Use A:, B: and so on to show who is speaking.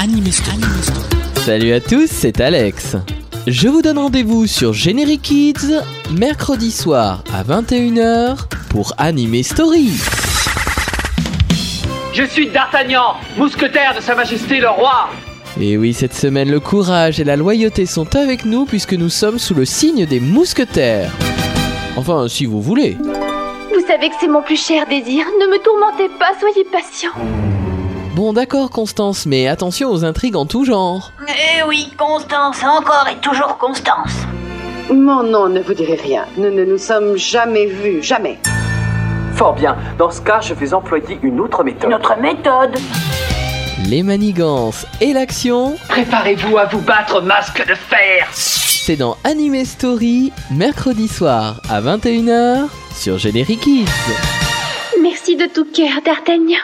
A: Anime Story.
B: Salut à tous, c'est Alex. Je vous donne rendez-vous sur Generic Kids mercredi soir à 21h pour Anime Story.
C: Je suis D'Artagnan, mousquetaire de Sa Majesté le Roi.
B: Et oui, cette semaine, le courage et la loyauté sont avec nous puisque nous sommes sous le signe des mousquetaires. Enfin, si vous voulez.
D: Vous savez que c'est mon plus cher désir. Ne me tourmentez pas, soyez patient.
B: Bon, d'accord, Constance, mais attention aux intrigues en tout genre.
E: Eh oui, Constance, encore et toujours Constance.
F: Non, non, ne vous direz rien. Nous ne nous sommes jamais vus, jamais.
C: Fort bien, dans ce cas, je vais employer une autre méthode.
E: Notre méthode.
B: Les manigances et l'action,
C: Préparez-vous à vous battre, masque de fer.
B: c'est dans Anime Story, mercredi soir à 21h sur Generic Kids.
D: Merci de tout cœur, D'Artagnan.